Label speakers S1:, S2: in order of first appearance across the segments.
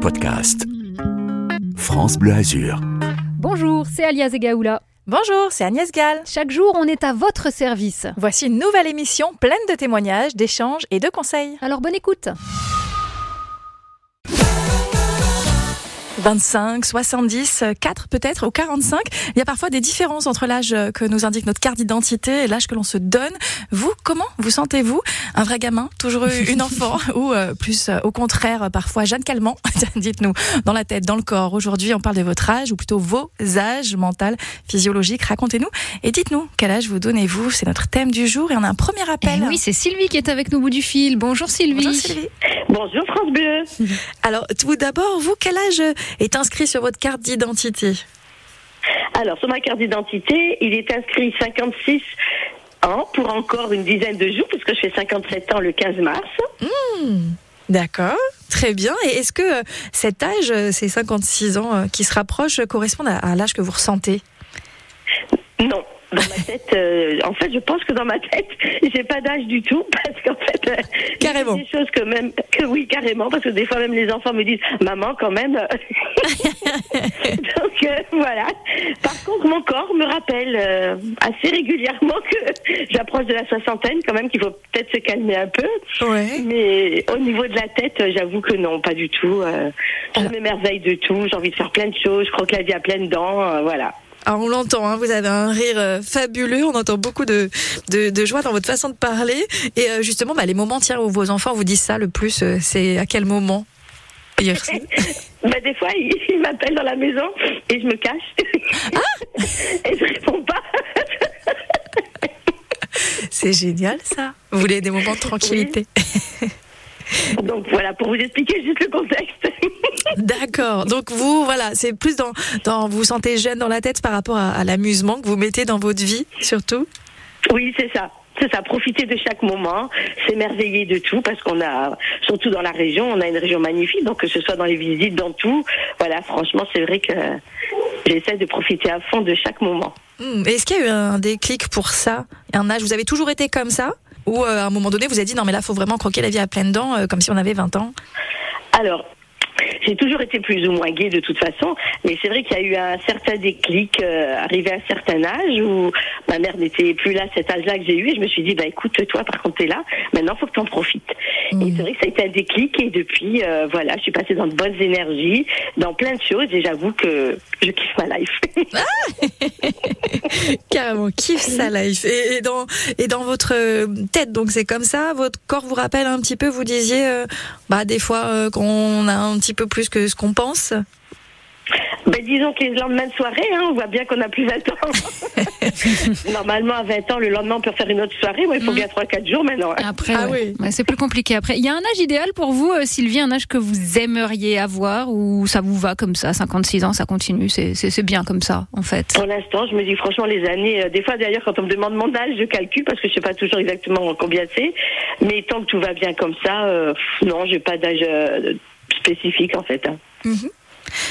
S1: Podcast. France Bleu Azur.
S2: Bonjour, c'est Alias Egaoula.
S3: Bonjour, c'est Agnès Gall.
S2: Chaque jour, on est à votre service.
S3: Voici une nouvelle émission pleine de témoignages, d'échanges et de conseils.
S2: Alors bonne écoute.
S3: 25, 70, 4 peut-être, ou 45. Il y a parfois des différences entre l'âge que nous indique notre carte d'identité et l'âge que l'on se donne. Vous, comment vous sentez-vous Un vrai gamin, toujours eu une enfant, ou euh, plus euh, au contraire, parfois Jeanne Calment Dites-nous, dans la tête, dans le corps. Aujourd'hui, on parle de votre âge, ou plutôt vos âges mental, physiologique. Racontez-nous et dites-nous quel âge vous donnez-vous. C'est notre thème du jour et on a un premier appel.
S2: Eh oui, c'est Sylvie qui est avec nous au bout du fil. Bonjour Sylvie.
S3: Bonjour Sylvie.
S4: Bonjour France Bleu.
S3: Alors, tout d'abord, vous, quel âge euh, est inscrit sur votre carte d'identité
S4: Alors, sur ma carte d'identité, il est inscrit 56 ans pour encore une dizaine de jours, puisque je fais 57 ans le 15 mars.
S3: D'accord, très bien. Et est-ce que euh, cet âge, euh, ces 56 ans euh, qui se rapprochent, euh, correspondent à, à l'âge que vous ressentez
S4: Non. Dans ma tête, euh, en fait, je pense que dans ma tête, j'ai pas d'âge du tout, parce qu'en fait, euh, j'ai
S3: Carrément.
S4: des choses que même, que oui, carrément, parce que des fois même les enfants me disent, maman, quand même. Donc euh, voilà. Par contre, mon corps me rappelle euh, assez régulièrement que j'approche de la soixantaine, quand même, qu'il faut peut-être se calmer un peu.
S3: Ouais.
S4: Mais au niveau de la tête, euh, j'avoue que non, pas du tout. euh, je m'émerveille de tout, j'ai envie de faire plein de choses, je croque la vie à pleines dents, euh, voilà.
S3: Alors, on l'entend, hein, vous avez un rire euh, fabuleux, on entend beaucoup de, de, de joie dans votre façon de parler. Et euh, justement, bah, les moments tiens, où vos enfants vous disent ça le plus, euh, c'est à quel moment Hier-
S4: Bah, des fois, ils ils m'appellent dans la maison et je me cache. et je réponds pas.
S3: C'est génial ça. Vous voulez des moments de tranquillité.
S4: Donc voilà, pour vous expliquer juste le contexte.
S3: D'accord. Donc vous, voilà, c'est plus dans, dans vous vous sentez jeune dans la tête par rapport à, à l'amusement que vous mettez dans votre vie, surtout.
S4: oui, c'est ça. C'est ça, profiter de chaque moment, s'émerveiller de tout, parce qu'on a, surtout dans la région, on a une région magnifique, donc que ce soit dans les visites, dans tout, voilà, franchement, c'est vrai que j'essaie de profiter à fond de chaque moment.
S3: Hmm, Est-ce qu'il y a eu un déclic pour ça Un âge, vous avez toujours été comme ça Ou euh, à un moment donné, vous avez dit non, mais là, faut vraiment croquer la vie à pleines dents, euh, comme si on avait 20 ans
S4: Alors, j'ai toujours été plus ou moins gay de toute façon, mais c'est vrai qu'il y a eu un certain déclic euh, arrivé à un certain ââge où ma mère n'était plus là, cet âge-là que j'ai eu, et je me suis dit, bah écoute, toi par contre t'es là, maintenant faut que t'en profites. Et c'est vrai que ça a été un déclic, et depuis, euh, voilà, je suis passée dans de bonnes énergies, dans plein de choses, et j'avoue que je kiffe ma life.
S3: Carrément, kiffe sa life. Et, et dans, et dans votre euh, tête, donc c'est comme ça, votre corps vous rappelle un petit peu, vous disiez, euh, bah, des fois euh, qu'on a un petit peu plus que ce qu'on pense.
S4: Ben, disons que les lendemains de soirée, hein, on voit bien qu'on a plus 20 ans. Normalement, à 20 ans, le lendemain, on peut faire une autre soirée. Moi, il faut bien 3-4 jours maintenant. hein.
S2: Après,
S3: Ah
S2: ouais. Ouais, c'est plus compliqué. Après, il y a un âge idéal pour vous, euh, Sylvie, un âge que vous aimeriez avoir ou ça vous va comme ça, 56 ans, ça continue, c'est- c'est c'est bien comme ça, en fait.
S4: Pour l'instant, je me dis franchement les années. euh, des fois, d'ailleurs, quand on me demande mon âge, je calcule parce que je sais pas toujours exactement combien c'est. Mais tant que tout va bien comme ça, euh, pff, non, j'ai pas d'âge euh, spécifique en fait. hein.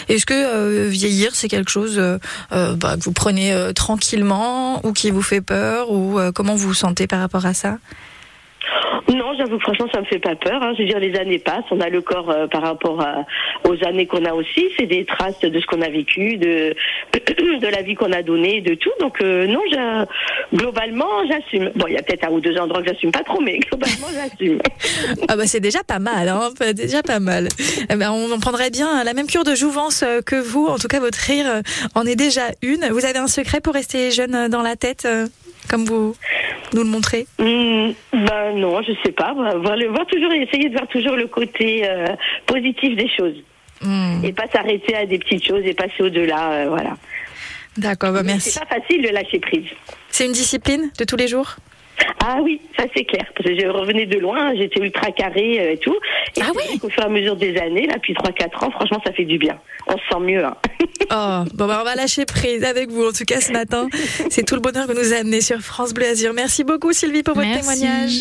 S3: Est-ce que euh, vieillir, c'est quelque chose euh, euh, bah, que vous prenez euh, tranquillement ou qui vous fait peur ou euh, comment vous vous sentez par rapport à ça
S4: Non, j'avoue que franchement, ça me fait pas peur. hein. Je veux dire, les années passent. On a le corps euh, par rapport à- aux années qu'on a aussi. C'est des traces de ce qu'on a vécu, de de la vie qu'on a donnée, de tout. Donc euh, non, j'a- globalement, j'assume. Bon, il y a peut-être un ou deux endroits que j'assume pas trop, mais globalement, j'assume.
S3: Ah bah c'est déjà pas mal, hein, pas- déjà pas mal. Eh ben, on en prendrait bien la même cure de jouvence euh, que vous. En tout cas, votre rire euh, en est déjà une. Vous avez un secret pour rester jeune euh, dans la tête, euh, comme vous nous le montrez.
S4: Hmm, ben non, je sais pas. Voir, voir le- voir toujours et essayer de voir toujours le côté euh, positif des choses
S3: Hmm,
S4: et pas s'arrêter à des petites choses et passer au-delà. euh, voilà.
S3: D'accord, bah
S4: Mais
S3: merci.
S4: C'est pas facile de lâcher prise.
S3: C'est une discipline de tous les jours.
S4: Ah oui, ça c'est clair. Parce que je revenais de loin, j'étais ultra carrée euh, et tout. Et
S3: Ah
S4: c'est vrai qu'au fur et à mesure des années, là, depuis 3-4 ans, franchement, ça fait du bien. On se sent mieux. hein.
S3: Oh, bon bah on va lâcher prise avec vous en tout cas ce matin. C'est tout le bonheur que nous amenez sur France Bleu Azur. Merci Ah, beaucoup Sylvie pour votre
S2: Merci.
S3: témoignage.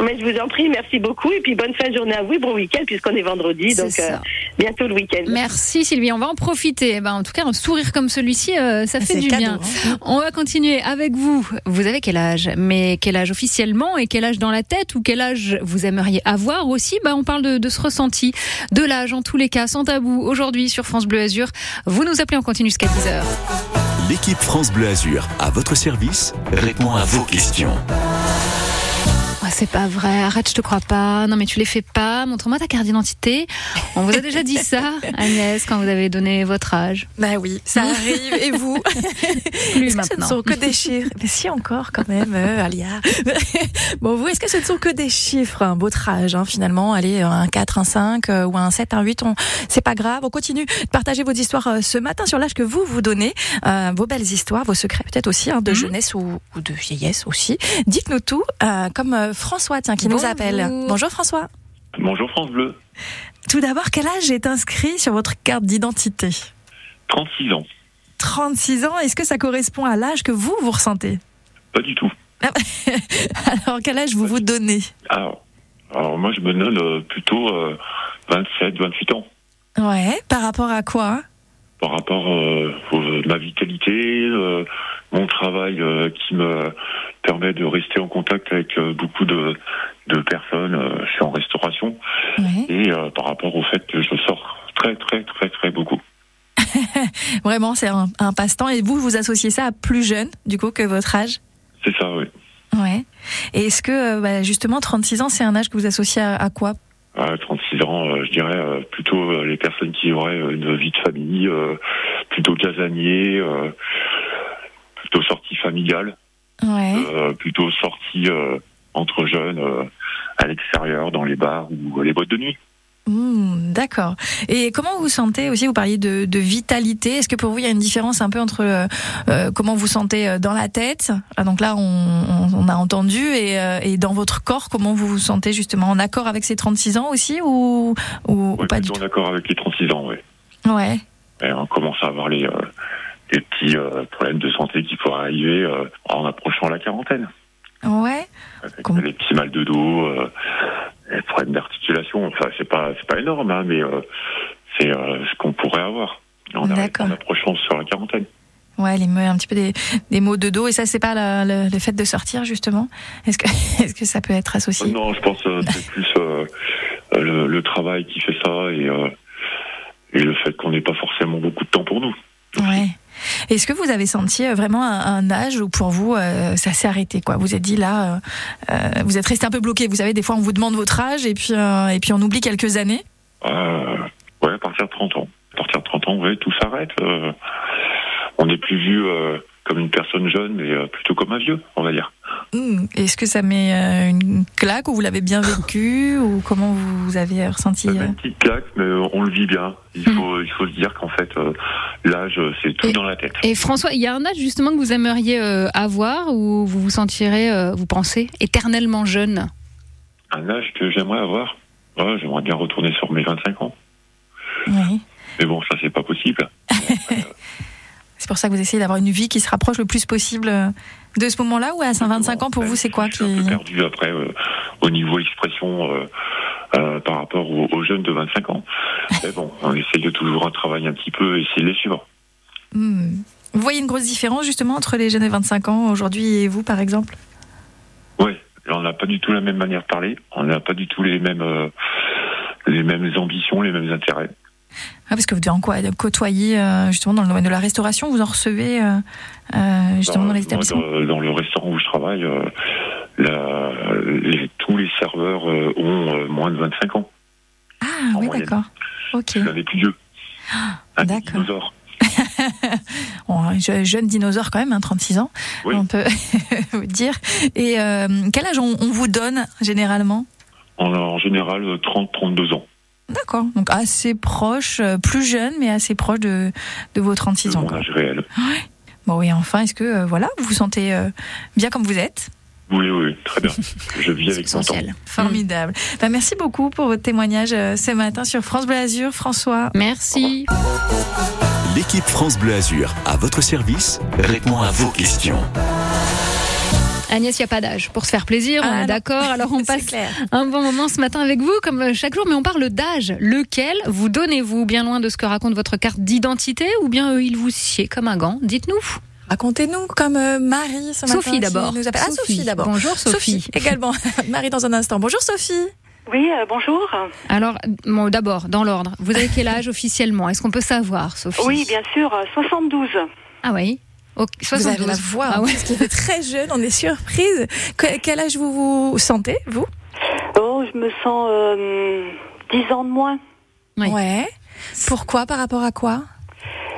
S4: Mais je vous en prie, merci beaucoup. Et puis bonne fin de journée à vous et bon week-end puisqu'on est vendredi.
S2: C'est
S4: Donc
S2: ça.
S4: euh, bientôt le week-end.
S2: Merci Sylvie, on va en profiter. Eh ben, en tout cas, un sourire comme celui-ci, euh, ça fait
S3: C'est
S2: du
S3: cadeau,
S2: bien.
S3: hein.
S2: On va continuer avec vous. Vous avez quel âge Mais quel âge officiellement et quel âge dans la tête ou quel âge vous aimeriez avoir aussi bah, On parle de, de ce ressenti, de l'âge en tous les cas, sans tabou. Aujourd'hui sur France Bleu Azur, vous nous appelez, on continue jusqu'à 10h.
S1: L'équipe France Bleu Azur, à votre service, répond à vos questions.
S2: Oh, c'est pas vrai, arrête, je te crois pas. Non mais tu les fais pas, montre-moi ta carte d'identité. On vous a déjà dit ça, Agnès, quand vous avez donné votre âge.
S3: Bah oui, ça arrive. Et vous
S2: Plus
S3: Est-ce que ce ne
S2: maintenant.
S3: sont que des chiffres Mais si encore quand même, euh, Alia. bon, vous, est-ce que ce ne sont que des chiffres hein, Votre âge, hein, finalement, allez, euh, un 4, un 5 euh, ou un 7, un 8, on... c'est pas grave. On continue de partager vos histoires euh, ce matin sur l'âge que vous vous donnez, euh, vos belles histoires, vos secrets peut-être aussi, hein, de
S2: Mhm.
S3: jeunesse ou, ou de vieillesse aussi. Dites-nous tout, euh, comme euh, François, tiens, qui nous
S2: Bonjour.
S3: appelle. Bonjour François.
S5: Bonjour France Bleu,
S3: Tout d'abord, quel âge est inscrit sur votre carte d'identité
S5: 36 ans,
S3: 36 ans, est-ce que ça correspond à l'âge que vous, vous ressentez
S5: pas du tout.
S3: Alors, quel âge vous vous donnez
S5: Alors, alors moi je me donne euh, plutôt euh, 27, 28 ans
S3: Ouais, par rapport à quoi
S5: par rapport euh, au- euh, ma vitalité, euh, mon travail euh, qui me permet de rester en contact avec euh, beaucoup de, de personnes. euh, je suis en restauration
S3: ouais.
S5: et euh, par rapport au fait que je sors très très très très beaucoup.
S3: Vraiment, c'est un, un passe-temps. Et vous, vous associez ça à plus jeune, du coup, que votre âge
S5: C'est ça, oui.
S3: Ouais. Et est-ce que, euh, bah, justement, 36 ans, c'est un âge que vous associez à, à quoi
S5: À 36 ans, euh, je dirais euh, plutôt euh, les personnes qui auraient euh, une vie de famille, euh, plutôt casanier, euh, plutôt sortie familiale,
S3: Ouais.
S5: euh, plutôt sortie euh, entre jeunes, euh, à l'extérieur, dans les bars ou euh, les boîtes de nuit.
S3: Hmm, D'accord. Et comment vous vous sentez aussi Vous parliez de, de vitalité. Est-ce que pour vous, il y a une différence un peu entre euh, euh, comment vous vous sentez euh, dans la tête Ah, Donc là, on, on- on a entendu. Et, euh, et dans votre corps, comment vous vous sentez justement En accord avec ces 36 ans aussi Ou, ou, ou
S5: Oui,
S3: pas du
S5: plutôt
S3: tout
S5: d'accord avec les 36 ans, oui.
S3: Ouais.
S5: Et on commence à avoir les, euh, les petits euh, problèmes de santé qui pourraient arriver euh, en approchant la quarantaine.
S3: Ouais.
S5: Avec euh,
S3: Comment
S5: les petits mal de dos, euh, les problèmes d'articulation. Enfin, c'est pas, c'est pas énorme, hein, mais euh, c'est euh, ce qu'on pourrait avoir en, arri-
S3: D'accord.
S5: en approchant sur la quarantaine.
S3: Ouais, les, me- un petit peu des, des maux de dos. Et ça, c'est pas la- le, le fait de sortir, justement Est-ce que, est que ça peut être associé
S5: Euh, Non, je pense que c'est plus euh, euh, le, le travail qui fait ça et, euh, et le fait qu'on n'ait pas forcément beaucoup de temps pour nous.
S3: Ouais. Est-ce que vous avez senti euh, vraiment un, un âge où pour vous, euh, ça s'est arrêté quoi Vous êtes dit là, euh, euh, vous êtes resté un peu bloqué. Vous savez, des fois, on vous demande votre âge et puis, euh, et puis on oublie quelques années.
S5: Euh, ouais, à partir de 30 ans. À partir de 30 ans, ouais, tout s'arrête. euh, on n'est plus vu euh, comme une personne jeune, mais euh, plutôt comme un vieux, on va dire.
S3: Hmm. Est-ce que ça met euh, une claque ou vous l'avez bien vécu Ou comment vous avez ressenti
S5: La
S3: euh,
S5: même petite claque, mais on le vit bien. Il
S2: Mhm.
S5: faut, il faut se dire qu'en fait, euh, l'âge, c'est tout
S2: Et-
S5: dans la tête.
S2: Et François, il y a un âge justement que vous aimeriez euh, avoir ou vous vous sentirez, euh, vous pensez, éternellement jeune
S5: Un âge que j'aimerais avoir. Ouais, j'aimerais bien retourner sur mes 25 ans.
S3: oui.
S5: Mais bon, ça, c'est pas possible.
S3: C'est pour ça que vous essayez d'avoir une vie qui se rapproche le plus possible euh, de ce moment-là ou à 25 ans pour
S5: Ouais,
S3: vous, c'est quoi
S5: Je
S3: qui
S5: suis Bah, un peu perdu après euh, au niveau expression euh, euh, par rapport aux, aux jeunes de 25 ans. Mais bon, on essaye de toujours un travail un petit peu, essayer de les suivre.
S3: Hmm. Vous voyez une grosse différence justement entre les jeunes de 25 ans aujourd'hui et vous par exemple
S5: Ouais, on n'a pas du tout la même manière de parler. On n'a pas du tout les mêmes, euh, les mêmes ambitions, les mêmes intérêts.
S3: ah, Parce que vous devez en quoi côtoyer euh, justement dans le domaine de la restauration, vous en recevez euh, euh, justement dans les
S5: Dans-
S3: établissements
S5: dans- dans le restaurant où je travaille, euh, la- les- tous les serveurs euh, ont euh, moins de 25 ans.
S3: Ah
S5: en
S3: oui
S5: moyenne.
S3: d'accord. Ok. Ah,
S5: C'est l'un des plus vieux. Un des
S3: d'accord.
S5: dinosaures.
S3: Bon, un je- jeune dinosaure quand même, hein, 36 ans,
S5: Oui.
S3: on peut vous dire. Et euh, quel âge on, on vous donne généralement
S5: En, en général, euh, 30, 32 ans.
S3: D'accord. Donc assez proche, euh, plus jeune mais assez proche de, de vos 36
S5: de
S3: ans.
S5: mon
S3: quoi.
S5: âge réel.
S3: Bon oui enfin, est-ce que euh, voilà, vous vous sentez euh, bien comme vous êtes
S5: Oui, oui, très bien. Je vis avec mon temps.
S2: essentiel.
S3: Formidable.
S5: Mm.
S3: Ben, merci beaucoup pour votre témoignage euh, ce matin sur France Bleu Azur, François.
S2: Merci.
S1: L'équipe France Bleu Azur, à votre service, répond à vos questions.
S2: Agnès, il n'y a pas d'âge pour se faire plaisir,
S3: Ah,
S2: on est
S3: non.
S2: d'accord. Alors on
S3: C'est
S2: passe
S3: clair.
S2: un bon moment ce matin avec vous, comme euh, chaque jour, mais on parle d'âge. Lequel vous donnez-vous Bien loin de ce que raconte votre carte d'identité ou bien euh, il vous sied comme un gant Dites-nous.
S3: Racontez-nous comme euh, Marie ce matin
S2: Sophie
S3: qui
S2: d'abord.
S3: nous appelle. Ah, Sophie d'abord.
S2: Bonjour Sophie.
S3: également. Marie dans un instant. Bonjour Sophie.
S6: Oui, euh, bonjour.
S2: Alors euh, bon, d'abord, dans l'ordre, vous avez quel âge officiellement Est-ce qu'on peut savoir Sophie
S6: Oui, bien sûr, euh, 72.
S2: Ah oui Ok,
S3: Vous avez la
S2: 72.
S3: voix, hein,
S2: Ah ouais.
S3: parce qu'il est très jeune, on est surprise. Que- quel âge vous vous sentez, vous
S6: Oh, je me sens euh, 10 ans de moins.
S2: Oui.
S3: Ouais. Pourquoi Par rapport à quoi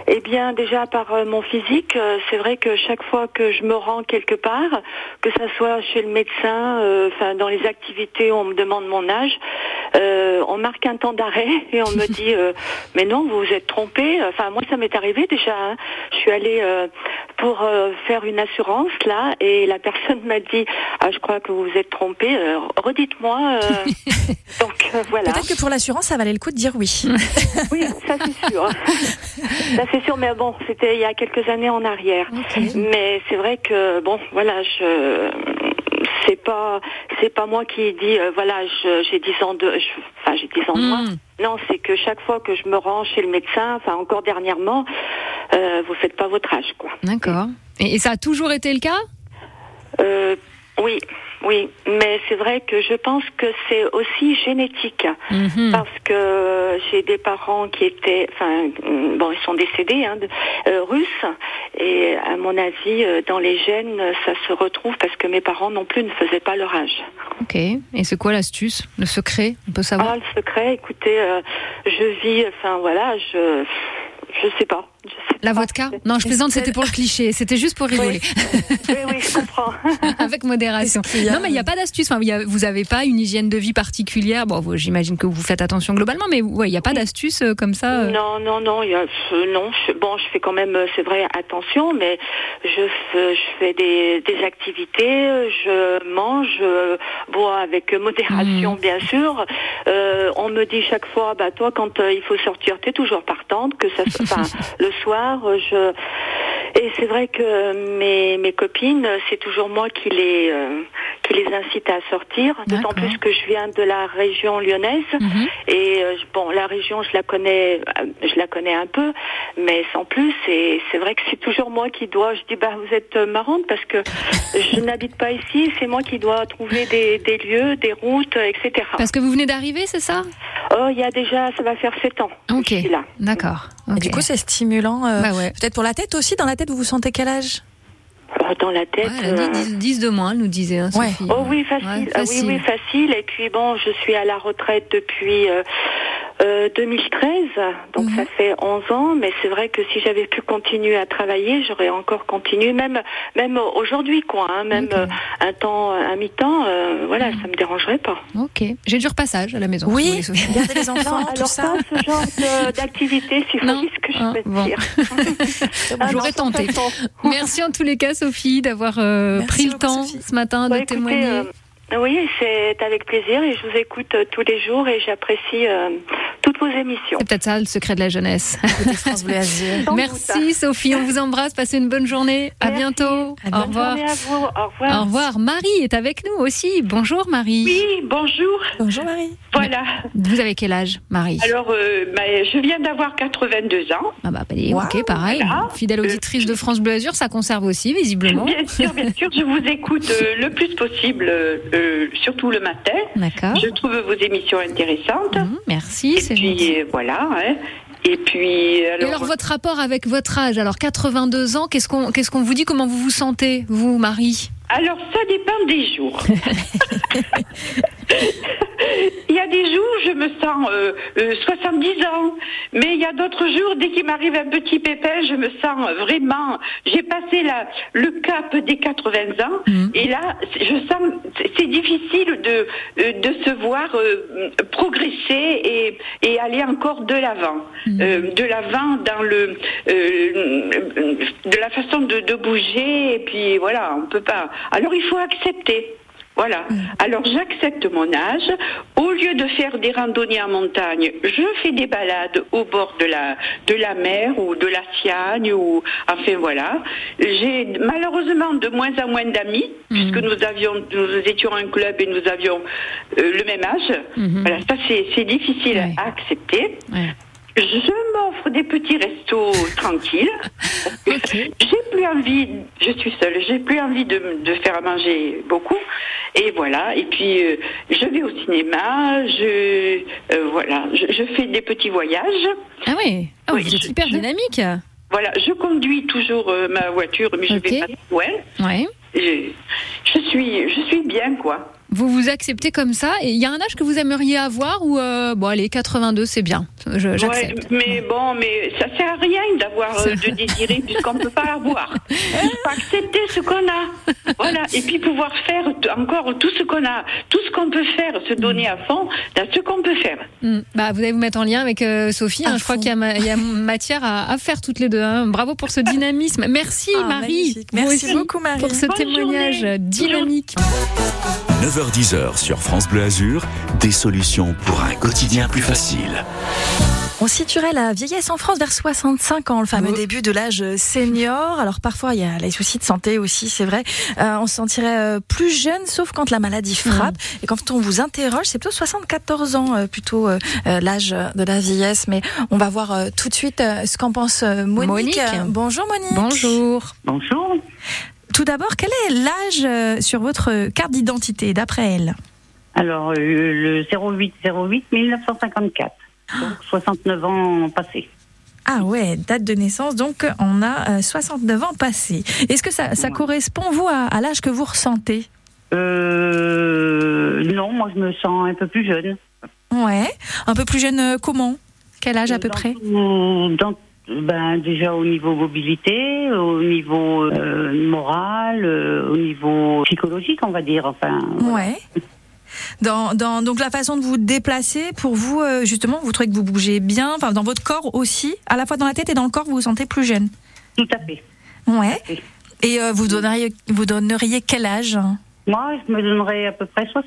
S6: Eh bien, déjà par euh, mon physique, euh, c'est vrai que chaque fois que je me rends quelque part, que ça soit chez le médecin, euh, enfin dans les activités, où on me demande mon âge. euh, on marque un temps d'arrêt et on me dit euh, mais non vous vous êtes trompé enfin moi ça m'est arrivé déjà hein. je suis allée euh, pour euh, faire une assurance là et la personne m'a dit ah je crois que vous vous êtes trompé euh, redites-moi euh. donc euh, voilà
S3: Peut-être que pour l'assurance, ça valait le coup de dire oui.
S6: oui, ça c'est sûr. ça c'est sûr, mais bon, c'était il y a quelques années en arrière. Mais c'est vrai que bon, voilà, je c'est pas c'est pas moi qui ai dit euh, voilà, je- j'ai 10 ans de je- enfin j'ai 10 ans de moins.
S2: Hmm.
S6: Non, c'est que chaque fois que je me rends chez le médecin, enfin encore dernièrement, euh, vous faites pas votre âge quoi.
S2: D'accord. Et, et ça a toujours été le cas
S6: Euh, oui, oui, mais c'est vrai que je pense que c'est aussi génétique.
S2: Mhm.
S6: Parce que j'ai des parents qui étaient, enfin, mm, bon, ils sont décédés, hein, de- euh, russes, et à mon avis, euh, dans les gènes, ça se retrouve parce que mes parents non plus ne faisaient pas leur âge.
S2: Ok. Et c'est quoi l'astuce Le secret On peut savoir
S6: Ah, le secret, écoutez, euh, je vis, enfin voilà, je, je sais pas. Je sais
S2: La
S6: pas.
S2: vodka Non, je plaisante, c'était pour le cliché. C'était juste pour rigoler.
S6: Oui, oui, je comprends.
S2: Avec modération.
S3: Est-ce qu'il y a-
S2: Non, mais il n'y a pas d'astuce. Enfin, il y a- vous n'avez pas une hygiène de vie particulière. Bon, vous- j'imagine que vous faites attention globalement, mais ouais, il n'y a pas d'astuce euh, comme ça. euh.
S6: Non, non, non, il y a, euh, non. je- bon, je fais quand même, euh, c'est vrai, attention, mais je fais, je fais des, des activités, euh, je mange, je bois avec
S2: Hmm.
S6: modération, bien sûr. Euh, on me dit chaque fois, bah toi, quand euh, il faut sortir, t'es toujours partante, que ça, se- enfin, le soir, euh, je. Et c'est vrai que mes, mes copines, euh, c'est toujours moi qui les, euh, qui les incite à sortir, d'autant
S2: D'accord.
S6: plus que je viens de la région lyonnaise.
S2: Mhm.
S6: Et euh, je- bon, la région, je la connais, euh, je la connais un peu, mais sans plus. Et c'est vrai que c'est toujours moi qui dois. Je dis, bah, vous êtes euh, marrante parce que je n'habite pas ici. C'est moi qui dois trouver des, des lieux, des routes, euh, etc.
S2: Parce que vous venez d'arriver, c'est ça
S6: Oh, il y a déjà, ça va faire sept ans. que
S2: Ok.
S6: Je suis là.
S2: D'accord.
S3: Et
S2: Ok.
S3: Du coup, c'est stimulant. euh,
S2: bah ouais.
S3: Peut-être pour la tête aussi. Dans la tête, vous vous sentez quel âge
S6: Oh, Dans la
S2: Ouais,
S6: tête.
S2: elle a
S6: euh,
S2: dit 10, 10 de moins, elle nous disait. hein,
S3: Ouais.
S2: Sophie.
S6: Oh oui, facile.
S2: Ouais,
S6: Ah oui, oui, facile. Et puis bon, je suis à la retraite depuis euh, euh, 2013, donc
S3: Mhm.
S6: ça fait 11 ans. Mais c'est vrai que si j'avais pu continuer à travailler, j'aurais encore continué, même même aujourd'hui, quoi. hein, même
S2: Ok. Mhm.
S6: euh, un temps, un mi-temps, euh, voilà, ça me dérangerait pas.
S2: Ok. J'ai du repassage à la maison. si vous voulez,
S3: Oui,
S2: Sophie.
S3: garder les enfants,
S6: Non,
S3: tout
S6: alors
S3: ça.
S6: pas ce genre de- d'activité, si vous
S2: Non.
S6: voyez ce que je
S2: Ah,
S6: peux
S2: bon.
S6: dire. Ah,
S2: J'aurais
S6: non, de toute
S2: tenté.
S6: façon.
S2: Merci en tous les cas, Sophie, d'avoir euh,
S3: Merci
S2: pris le
S3: beaucoup,
S2: temps
S3: Sophie.
S2: ce matin
S6: Bah,
S2: de
S6: écoutez,
S2: témoigner.
S6: euh, oui, c'est avec plaisir et je vous écoute euh, tous les jours et j'apprécie euh, toutes vos émissions.
S2: C'est peut-être ça le secret de la jeunesse.
S3: France Bleu Azur.
S6: Sans doute.
S7: hein.
S2: Merci Sophie, on vous embrasse, passez une bonne journée. À
S6: Merci.
S2: bientôt.
S3: À
S2: Au
S3: bientôt.
S2: revoir.
S6: Bonne journée à vous. Au revoir.
S2: Au revoir. Marie est avec nous aussi. Bonjour Marie.
S7: Oui, bonjour.
S3: Bonjour Marie.
S7: Voilà.
S2: Vous avez quel âge, Marie
S7: Alors, euh, bah, je viens d'avoir 82 ans.
S2: Ah bah, bah,
S3: Wow.
S2: ok, pareil.
S7: Voilà. Euh,
S2: Fidèle auditrice de France Bleu Azur, ça conserve aussi visiblement.
S7: Bien sûr, bien sûr, je vous écoute euh, le plus possible, euh, euh, surtout le matin.
S2: D'accord.
S7: Je trouve vos émissions intéressantes.
S2: Mhm, merci,
S7: Et
S2: Ah. c'est
S7: puis
S2: gentil.
S7: euh, voilà. hein. Et puis
S2: Et
S7: alors,
S2: alors votre rapport avec votre âge, alors 82 ans, qu'est-ce qu'on qu'est-ce qu'on vous dit Comment vous vous sentez, vous, Marie
S7: alors, ça dépend des jours. Il y a des jours, je me sens euh, euh, 70 ans, mais il y a d'autres jours, dès qu'il m'arrive un petit pépin, je me sens euh, vraiment. J'ai passé la, le cap des 80 ans,
S2: Mhm.
S7: et là, c'est- je sens, c'est- c'est difficile de, euh, de se voir euh, progresser et, et aller encore de l'avant, Euh, de l'avant dans le, euh, de la façon de, de bouger, et puis voilà, on peut pas. Alors il faut accepter. Voilà. Alors j'accepte mon âge. Au lieu de faire des randonnées en montagne, je fais des balades au bord de la, de la mer ou de la Siagne ou enfin voilà. J'ai malheureusement de moins en moins d'amis
S2: Mm.
S7: puisque nous avions nous étions un club et nous avions euh, le même âge.
S2: Mhm.
S7: Voilà, ça c'est c'est difficile
S2: Ouais.
S7: à accepter.
S2: Ouais.
S7: Je m'offre des petits restos tranquilles.
S2: Ok.
S7: J'ai plus envie, je suis seule, j'ai plus envie de, me- de faire à manger beaucoup. Et voilà, et puis euh, je vais au cinéma, je, euh, voilà, je, je fais des petits voyages.
S2: Ah oui, ah, oui,
S7: Oui,
S2: vous êtes
S7: je-
S2: hyper dynamique.
S7: Voilà, je conduis toujours euh, ma voiture, mais je
S2: Ok.
S7: vais pas très loin.
S2: Ouais.
S7: Je, je suis, je suis bien, quoi.
S2: Vous vous acceptez comme ça et il y a un âge que vous aimeriez avoir ou euh, bon allez 82 c'est bien Je-
S7: Ouais,
S2: euh, j'accepte.
S7: mais bon, mais ça sert à rien d'avoir euh, de désirer puisqu'on peut pas avoir. Il faut accepter ce qu'on a. Voilà. Et puis pouvoir faire t- encore tout ce qu'on a, tout ce qu'on peut faire, se donner à fond dans ce qu'on peut faire.
S2: Mm. Bah, vous allez vous mettre en lien avec euh, Sophie. hein.
S3: À
S2: je crois
S3: fond.
S2: qu'il y, a ma- il y a matière à, à faire toutes les deux. hein. Bravo pour ce dynamisme. Merci
S3: Ah,
S2: Marie.
S3: magnifique.
S2: Vous
S3: Merci
S2: aussi,
S3: beaucoup, Marie.
S2: Pour ce
S7: Bonne
S2: témoignage
S7: journée.
S2: dynamique.
S1: 9h10 sur France Bleu Azur, des solutions pour un quotidien plus facile.
S3: On situerait la vieillesse en France vers 65 ans, le fameux
S2: Oh.
S3: début de l'âge senior. Alors parfois il y a les soucis de santé aussi, c'est vrai. Euh, on se sentirait euh, plus jeune, sauf quand la maladie
S2: Mm.
S3: frappe. Et quand on vous interroge, c'est plutôt 74 ans, euh, plutôt euh, euh, l'âge de la vieillesse. Mais on va voir euh, tout de suite euh, ce qu'en pense euh, Monique.
S2: Monique.
S3: Euh, Bonjour Monique.
S2: Bonjour.
S8: Bonjour.
S3: Tout d'abord, quel est l'âge euh, sur votre carte d'identité d'après elle
S8: Alors, euh, le 08 08 1954. Donc, 69 ans passés.
S3: Ah ouais, date de naissance, donc on a euh, 69 ans passés. Est-ce que ça, ça
S8: Ouais.
S3: correspond, vous, à, à l'âge que vous ressentez
S8: Euh, non, moi, je me sens un peu plus jeune.
S3: Ouais. Un peu plus jeune, euh, comment Quel âge à peu
S8: Dans
S3: près
S8: tout- dans- ben, déjà au niveau mobilité, au niveau euh, moral, euh, au niveau psychologique, on va dire. Enfin, voilà.
S3: Ouais. Dans, dans, donc la façon de vous déplacer, pour vous, euh, justement, vous trouvez que vous bougez bien, enfin dans votre corps aussi, à la fois dans la tête et dans le corps, vous vous sentez plus jeune.
S8: tout à fait.
S3: Ouais.
S8: Oui.
S3: Et euh, vous, donneriez, vous donneriez quel âge hein?
S8: Moi, je me donnerais à peu près 60,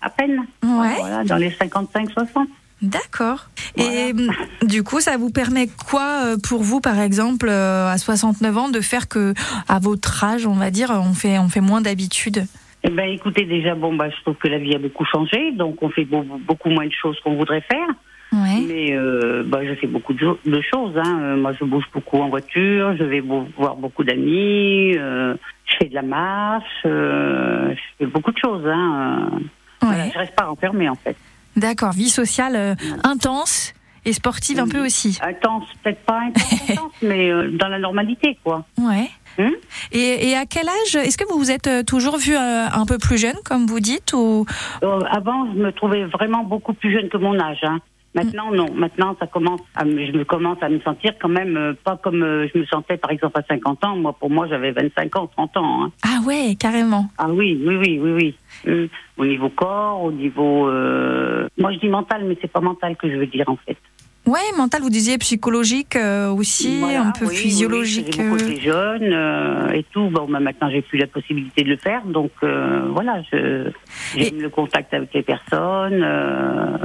S8: à peine.
S3: Ouais.
S8: Voilà, dans les 55-60.
S3: D'accord. Et mm, du coup, ça vous permet quoi euh, pour vous, par exemple, euh, à 69 ans, de faire que, à votre âge, on va dire, on fait, on fait moins d'habitude
S8: Eh ben, écoutez, déjà, bon, bah, je trouve que la vie a beaucoup changé, donc on fait beau- beaucoup moins de choses qu'on voudrait faire.
S3: Ouais.
S8: Mais euh, bah, je fais beaucoup de, jo- de choses. Hein. Euh, Moi, je bouge beaucoup en voiture, je vais beau- voir beaucoup d'amis, euh, je fais de la marche, euh, je fais beaucoup de choses. Hein. Euh, voilà,
S3: Ouais.
S8: je reste pas enfermée, en fait.
S3: D'accord. Vie sociale euh, intense et sportive un peu aussi.
S8: Intense, peut-être pas intense, intense, mais euh, dans la normalité, quoi.
S3: Ouais.
S8: Hum.
S3: Et, et à quel âge Est-ce que vous vous êtes euh, toujours vu euh, un peu plus jeune, comme vous dites, ou
S8: Euh, avant, je me trouvais vraiment beaucoup plus jeune que mon âge. Hein. Maintenant, non. Maintenant, ça commence. À, me- je me commence à me sentir quand même euh, pas comme euh, je me sentais, par exemple, à 50 ans. Moi, pour moi, j'avais 25 ans, 30 ans. Hein.
S3: Ah ouais, carrément.
S8: Ah oui, oui, oui, oui, oui. Hum. Au niveau corps, au niveau. euh, Moi, je dis mental, mais c'est pas mental que je veux dire en fait.
S3: Ouais, mental, vous disiez psychologique euh, aussi,
S8: Voilà,
S3: un peu
S8: oui, oui,
S3: physiologique.
S8: Oui,
S3: euh,
S8: J'ai jeune euh, et tout. Bon, bah, maintenant, j'ai plus la possibilité de le faire. Donc, euh, voilà, je- j'aime le contact avec les personnes. euh,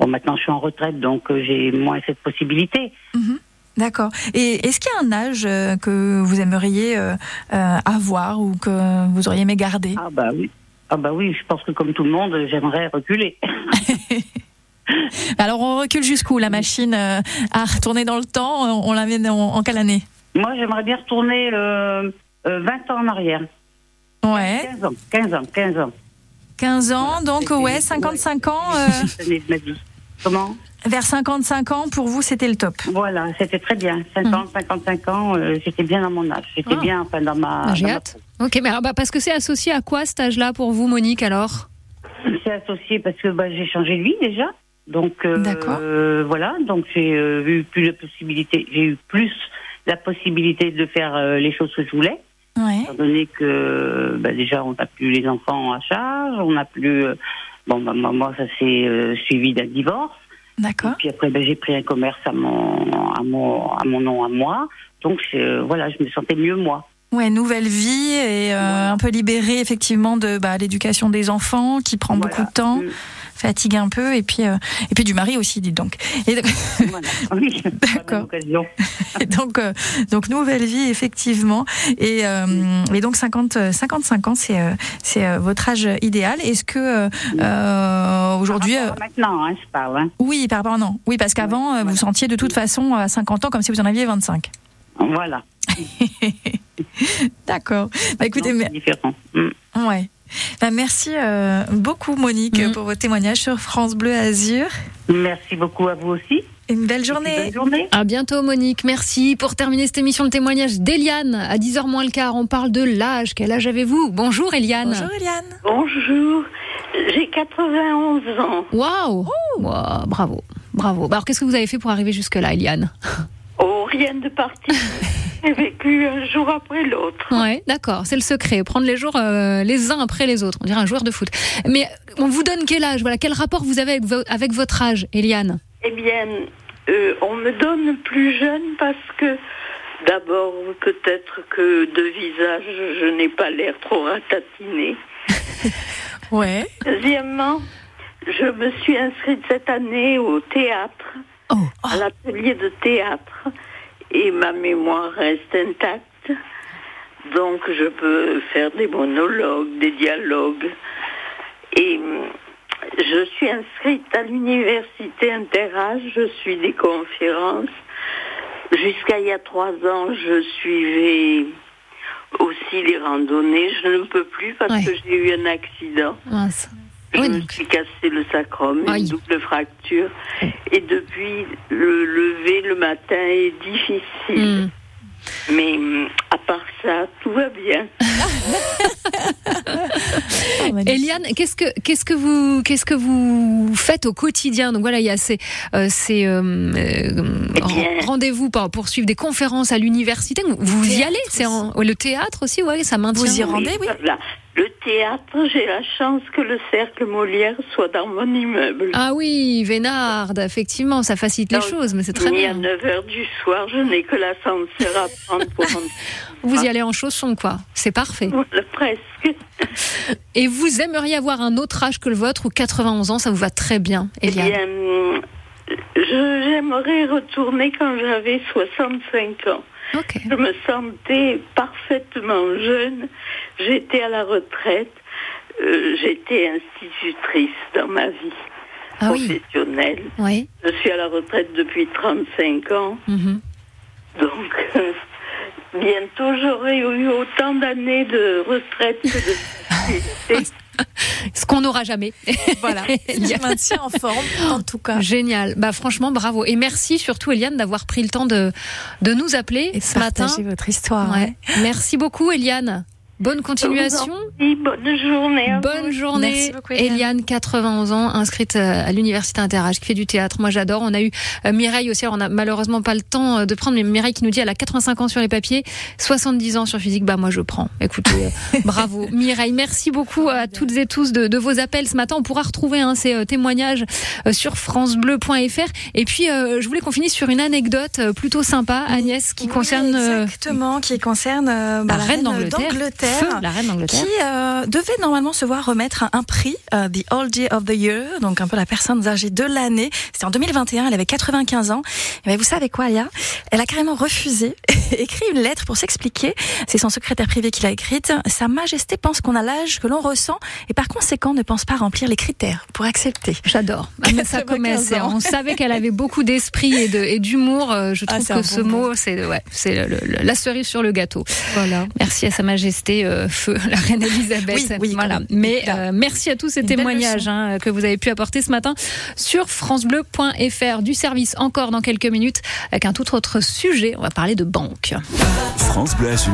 S8: bon, maintenant, je suis en retraite, donc euh, j'ai moins cette possibilité.
S3: D'accord. Et est-ce qu'il y a un âge euh, que vous aimeriez euh, euh, avoir ou que vous auriez aimé garder
S8: Ah, bah oui. Ah, bah oui, je pense que comme tout le monde, j'aimerais reculer.
S3: Alors on recule jusqu'où la machine euh, à retourner dans le temps euh, On l'amène en, en quelle année
S8: Moi, j'aimerais bien retourner euh, euh, 20 ans en arrière.
S3: Ouais,
S8: 15 ans, 15 ans, 15 ans.
S3: 15 ans, donc
S8: C'était-
S3: ouais, 55 ans. euh,
S8: Cette année de ma vie. Comment
S3: vers 55 ans, pour vous, c'était le top.
S8: Voilà, c'était très bien. 50,
S3: Mm.
S8: 55 ans, euh, j'étais bien dans mon âge. J'étais
S2: Ah.
S8: bien, enfin, dans ma.
S2: Bah, J'ai
S8: dans ma
S2: hâte. Ok, mais alors, bah, parce que c'est associé à quoi cet âge-là pour vous, Monique alors
S8: C'est associé parce que bah, j'ai changé de vie déjà. Donc euh,
S3: D'accord.
S8: euh, voilà, donc j'ai euh, eu plus la possibilité, j'ai eu plus la possibilité de faire euh, les choses que je voulais,
S3: Ouais.
S8: étant donné que bah, déjà on n'a plus les enfants à charge, on n'a plus euh, bon bah, moi, moi, ça s'est euh, suivi d'un divorce.
S3: D'accord.
S8: Puis après bah, j'ai pris un commerce à mon à mon à mon nom à moi, donc c'est, euh, voilà je me sentais mieux moi.
S3: Ouais, nouvelle vie et euh,
S4: Voilà.
S3: un peu libérée effectivement de bah, l'éducation des enfants qui prend
S4: Voilà.
S3: beaucoup de temps,
S4: Mm.
S3: fatigue un peu et puis euh, et puis du mari aussi, dites donc. Et donc,
S4: Voilà. Oui,
S3: D'accord.
S4: Occasion.
S3: et donc, euh, donc, nouvelle vie effectivement et, euh, et donc 50 55 ans c'est euh, c'est euh, votre âge idéal. Est-ce que euh, euh, aujourd'hui
S8: Par
S3: euh,
S8: rapport à Maintenant, hein, je parle. hein.
S3: oui, pardon, non. Oui, parce qu'avant euh, vous
S8: voilà.
S3: sentiez de toute façon euh, à 50 ans comme si vous en aviez 25.
S8: Voilà.
S3: D'accord. Bah écoutez,
S8: Non,
S3: mais-
S8: c'est différent. Mm.
S3: Ouais. Bah, merci euh, beaucoup Monique
S2: Mhm.
S3: pour vos témoignages sur France Bleu Azur.
S8: Merci beaucoup à vous aussi.
S3: Et Une belle
S8: Bonne
S3: journée.
S8: journée.
S2: À bientôt Monique, merci. Pour terminer cette émission, le témoignage d'Eliane. À 10h moins le quart, on parle de l'âge. Quel âge avez-vous Bonjour Eliane.
S3: Bonjour Eliane.
S6: Bonjour, j'ai 91 ans.
S2: Waouh Waouh, Bravo, bravo. Bah, Alors qu'est-ce que vous avez fait pour arriver jusque-là Eliane
S6: Oh, rien de parti. J'ai vécu un jour après l'autre.
S3: Hein
S2: Ouais, d'accord, c'est le secret. Prendre les jours euh, les uns après les autres. On dirait un joueur de foot. Mais on vous donne quel âge Voilà, quel rapport vous avez avec, vo- avec votre âge, Eliane
S6: Eh bien, euh, on me donne plus jeune parce que d'abord, peut-être que de visage, je n'ai pas l'air trop ratatiné.
S3: Ouais.
S6: Deuxièmement, je me suis inscrite cette année au théâtre,
S2: Oh.
S6: à l'atelier de théâtre, et ma mémoire reste intacte. Donc je peux faire des monologues, des dialogues. Et hum, je suis inscrite à l'université Interage, je suis des conférences. Jusqu'à il y a trois ans, je suivais aussi les randonnées. Je ne peux plus parce
S2: Ouais.
S6: que j'ai eu un accident.
S2: Mince.
S6: Je
S3: Mmh.
S2: Oui,
S6: me
S2: donc.
S6: suis cassé le sacrum,
S2: Aïe.
S6: une double fracture. Et depuis, le lever le matin est difficile.
S2: Hmm.
S6: Mais hum, à part ça, tout va bien.
S3: Oh, magnifique.
S2: Eliane, qu'est-ce que qu'est-ce que vous qu'est-ce que vous faites au quotidien Donc voilà, il y a ces euh, ces euh, euh,
S6: Eh bien-
S2: ren- rendez-vous pour, pour suivre des conférences à l'université. Vous- Vous y
S3: Théâtre
S2: allez C'est en- ouais, le théâtre aussi, ouais, ça maintient.
S3: Vous y
S6: Oui,
S3: rendez, oui.
S6: voilà. Le théâtre, j'ai la chance que le cercle Molière soit dans mon immeuble.
S2: Ah oui, Vénard, effectivement, ça facilite les
S6: Non,
S2: choses, mais c'est très
S6: Ni à
S2: bien.
S6: 9h du soir, je n'ai que l'ascenseur à prendre pour rentrer.
S2: Vous y allez en chaussons, quoi. C'est parfait.
S6: Voilà, presque.
S2: Et vous aimeriez avoir un autre âge que le vôtre ou 91 ans, ça vous va très bien,
S6: Eh
S2: Eliane.
S6: bien, hum, je- j'aimerais retourner quand j'avais 65 ans.
S2: Ok.
S6: Je me sentais parfaitement jeune. J'étais à la retraite. Euh, J'étais institutrice dans ma vie
S2: Ah oui.
S6: professionnelle.
S2: Oui.
S6: Je suis à la retraite depuis 35 ans.
S2: Mhm.
S6: Donc, euh, bientôt, j'aurai eu autant d'années de retraite que de facilité.
S2: Ce qu'on n'aura jamais.
S3: Voilà. Il se maintient en forme, en tout cas.
S2: Génial. Bah franchement, bravo. Et merci surtout Eliane d'avoir pris le temps de, de nous appeler ce matin.
S3: partagez votre histoire.
S2: Ouais. Merci beaucoup Eliane. Bonne continuation.
S6: Et bonne journée. à vous.
S2: Bonne journée.
S3: Merci beaucoup, Eliane.
S2: Eliane. 91 ans, inscrite euh, à l'université Interage, qui fait du théâtre. Moi, j'adore. On a eu euh, Mireille aussi. Alors, on a malheureusement pas le temps euh, de prendre, mais Mireille qui nous dit elle a 85 ans sur les papiers, 70 ans sur physique. Bah, moi, je prends. Écoutez, euh, bravo. Mireille, merci beaucoup à toutes et tous de, de vos appels ce matin. On pourra retrouver hein, ces euh, témoignages euh, sur FranceBleu.fr. Et puis, euh, je voulais qu'on finisse sur une anecdote euh, plutôt sympa, Agnès, qui
S3: Oui,
S2: concerne euh,
S3: exactement, qui concerne euh, bah,
S2: la, reine d'Angleterre.
S3: d'Angleterre.
S2: Feu, la reine d'Angleterre.
S3: qui euh, devait normalement se voir remettre un prix, euh, The Oldie of the Year, donc un peu la personne âgée de l'année. C'était en 2021, elle avait 95 ans. Mais vous savez quoi, Lia Elle a carrément refusé, écrit une lettre pour s'expliquer. C'est son secrétaire privé qui l'a écrite. Sa Majesté pense qu'on a l'âge que l'on ressent et par conséquent ne pense pas remplir les critères pour accepter.
S2: J'adore. Ah, mais ça
S3: 95
S2: commence.
S3: ans.
S2: On savait qu'elle avait beaucoup d'esprit et de- et d'humour. Euh, Je
S3: Ah,
S2: trouve
S3: c'est un
S2: que ce
S3: bonbon.
S2: mot, c'est ouais, c'est le- le- la cerise sur le gâteau.
S3: Voilà.
S2: Merci à Sa Majesté euh, Feu, la reine Elisabeth.
S3: Oui, oui, quand
S2: voilà.
S3: même.
S2: Mais
S3: Là.
S2: euh, merci à tous ces
S3: Une belle
S2: témoignages hein, que vous avez pu apporter ce matin sur francebleu.fr. Du service encore dans quelques minutes avec un tout autre sujet. On va parler de banque.
S1: France Bleu Azur,